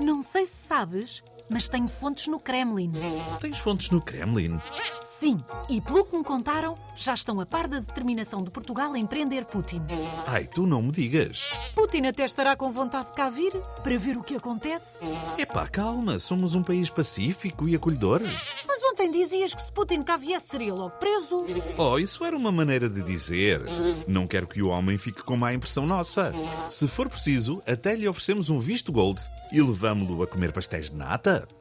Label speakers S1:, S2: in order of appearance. S1: Não sei se sabes, mas tenho fontes no Kremlin.
S2: Tens fontes no Kremlin?
S1: Sim, e pelo que me contaram, já estão a par da determinação de Portugal em prender Putin.
S2: Ai, tu não me digas.
S1: Putin até estará com vontade de cá vir para ver o que acontece.
S2: Epá, calma, somos um país pacífico e acolhedor.
S1: Mas ontem dizias que se Putin cá viesse seria logo preso.
S2: Oh, isso era uma maneira de dizer. Não quero que o homem fique com má impressão nossa. Se for preciso, até lhe oferecemos um visto gold e levámo-lo a comer pastéis de nata.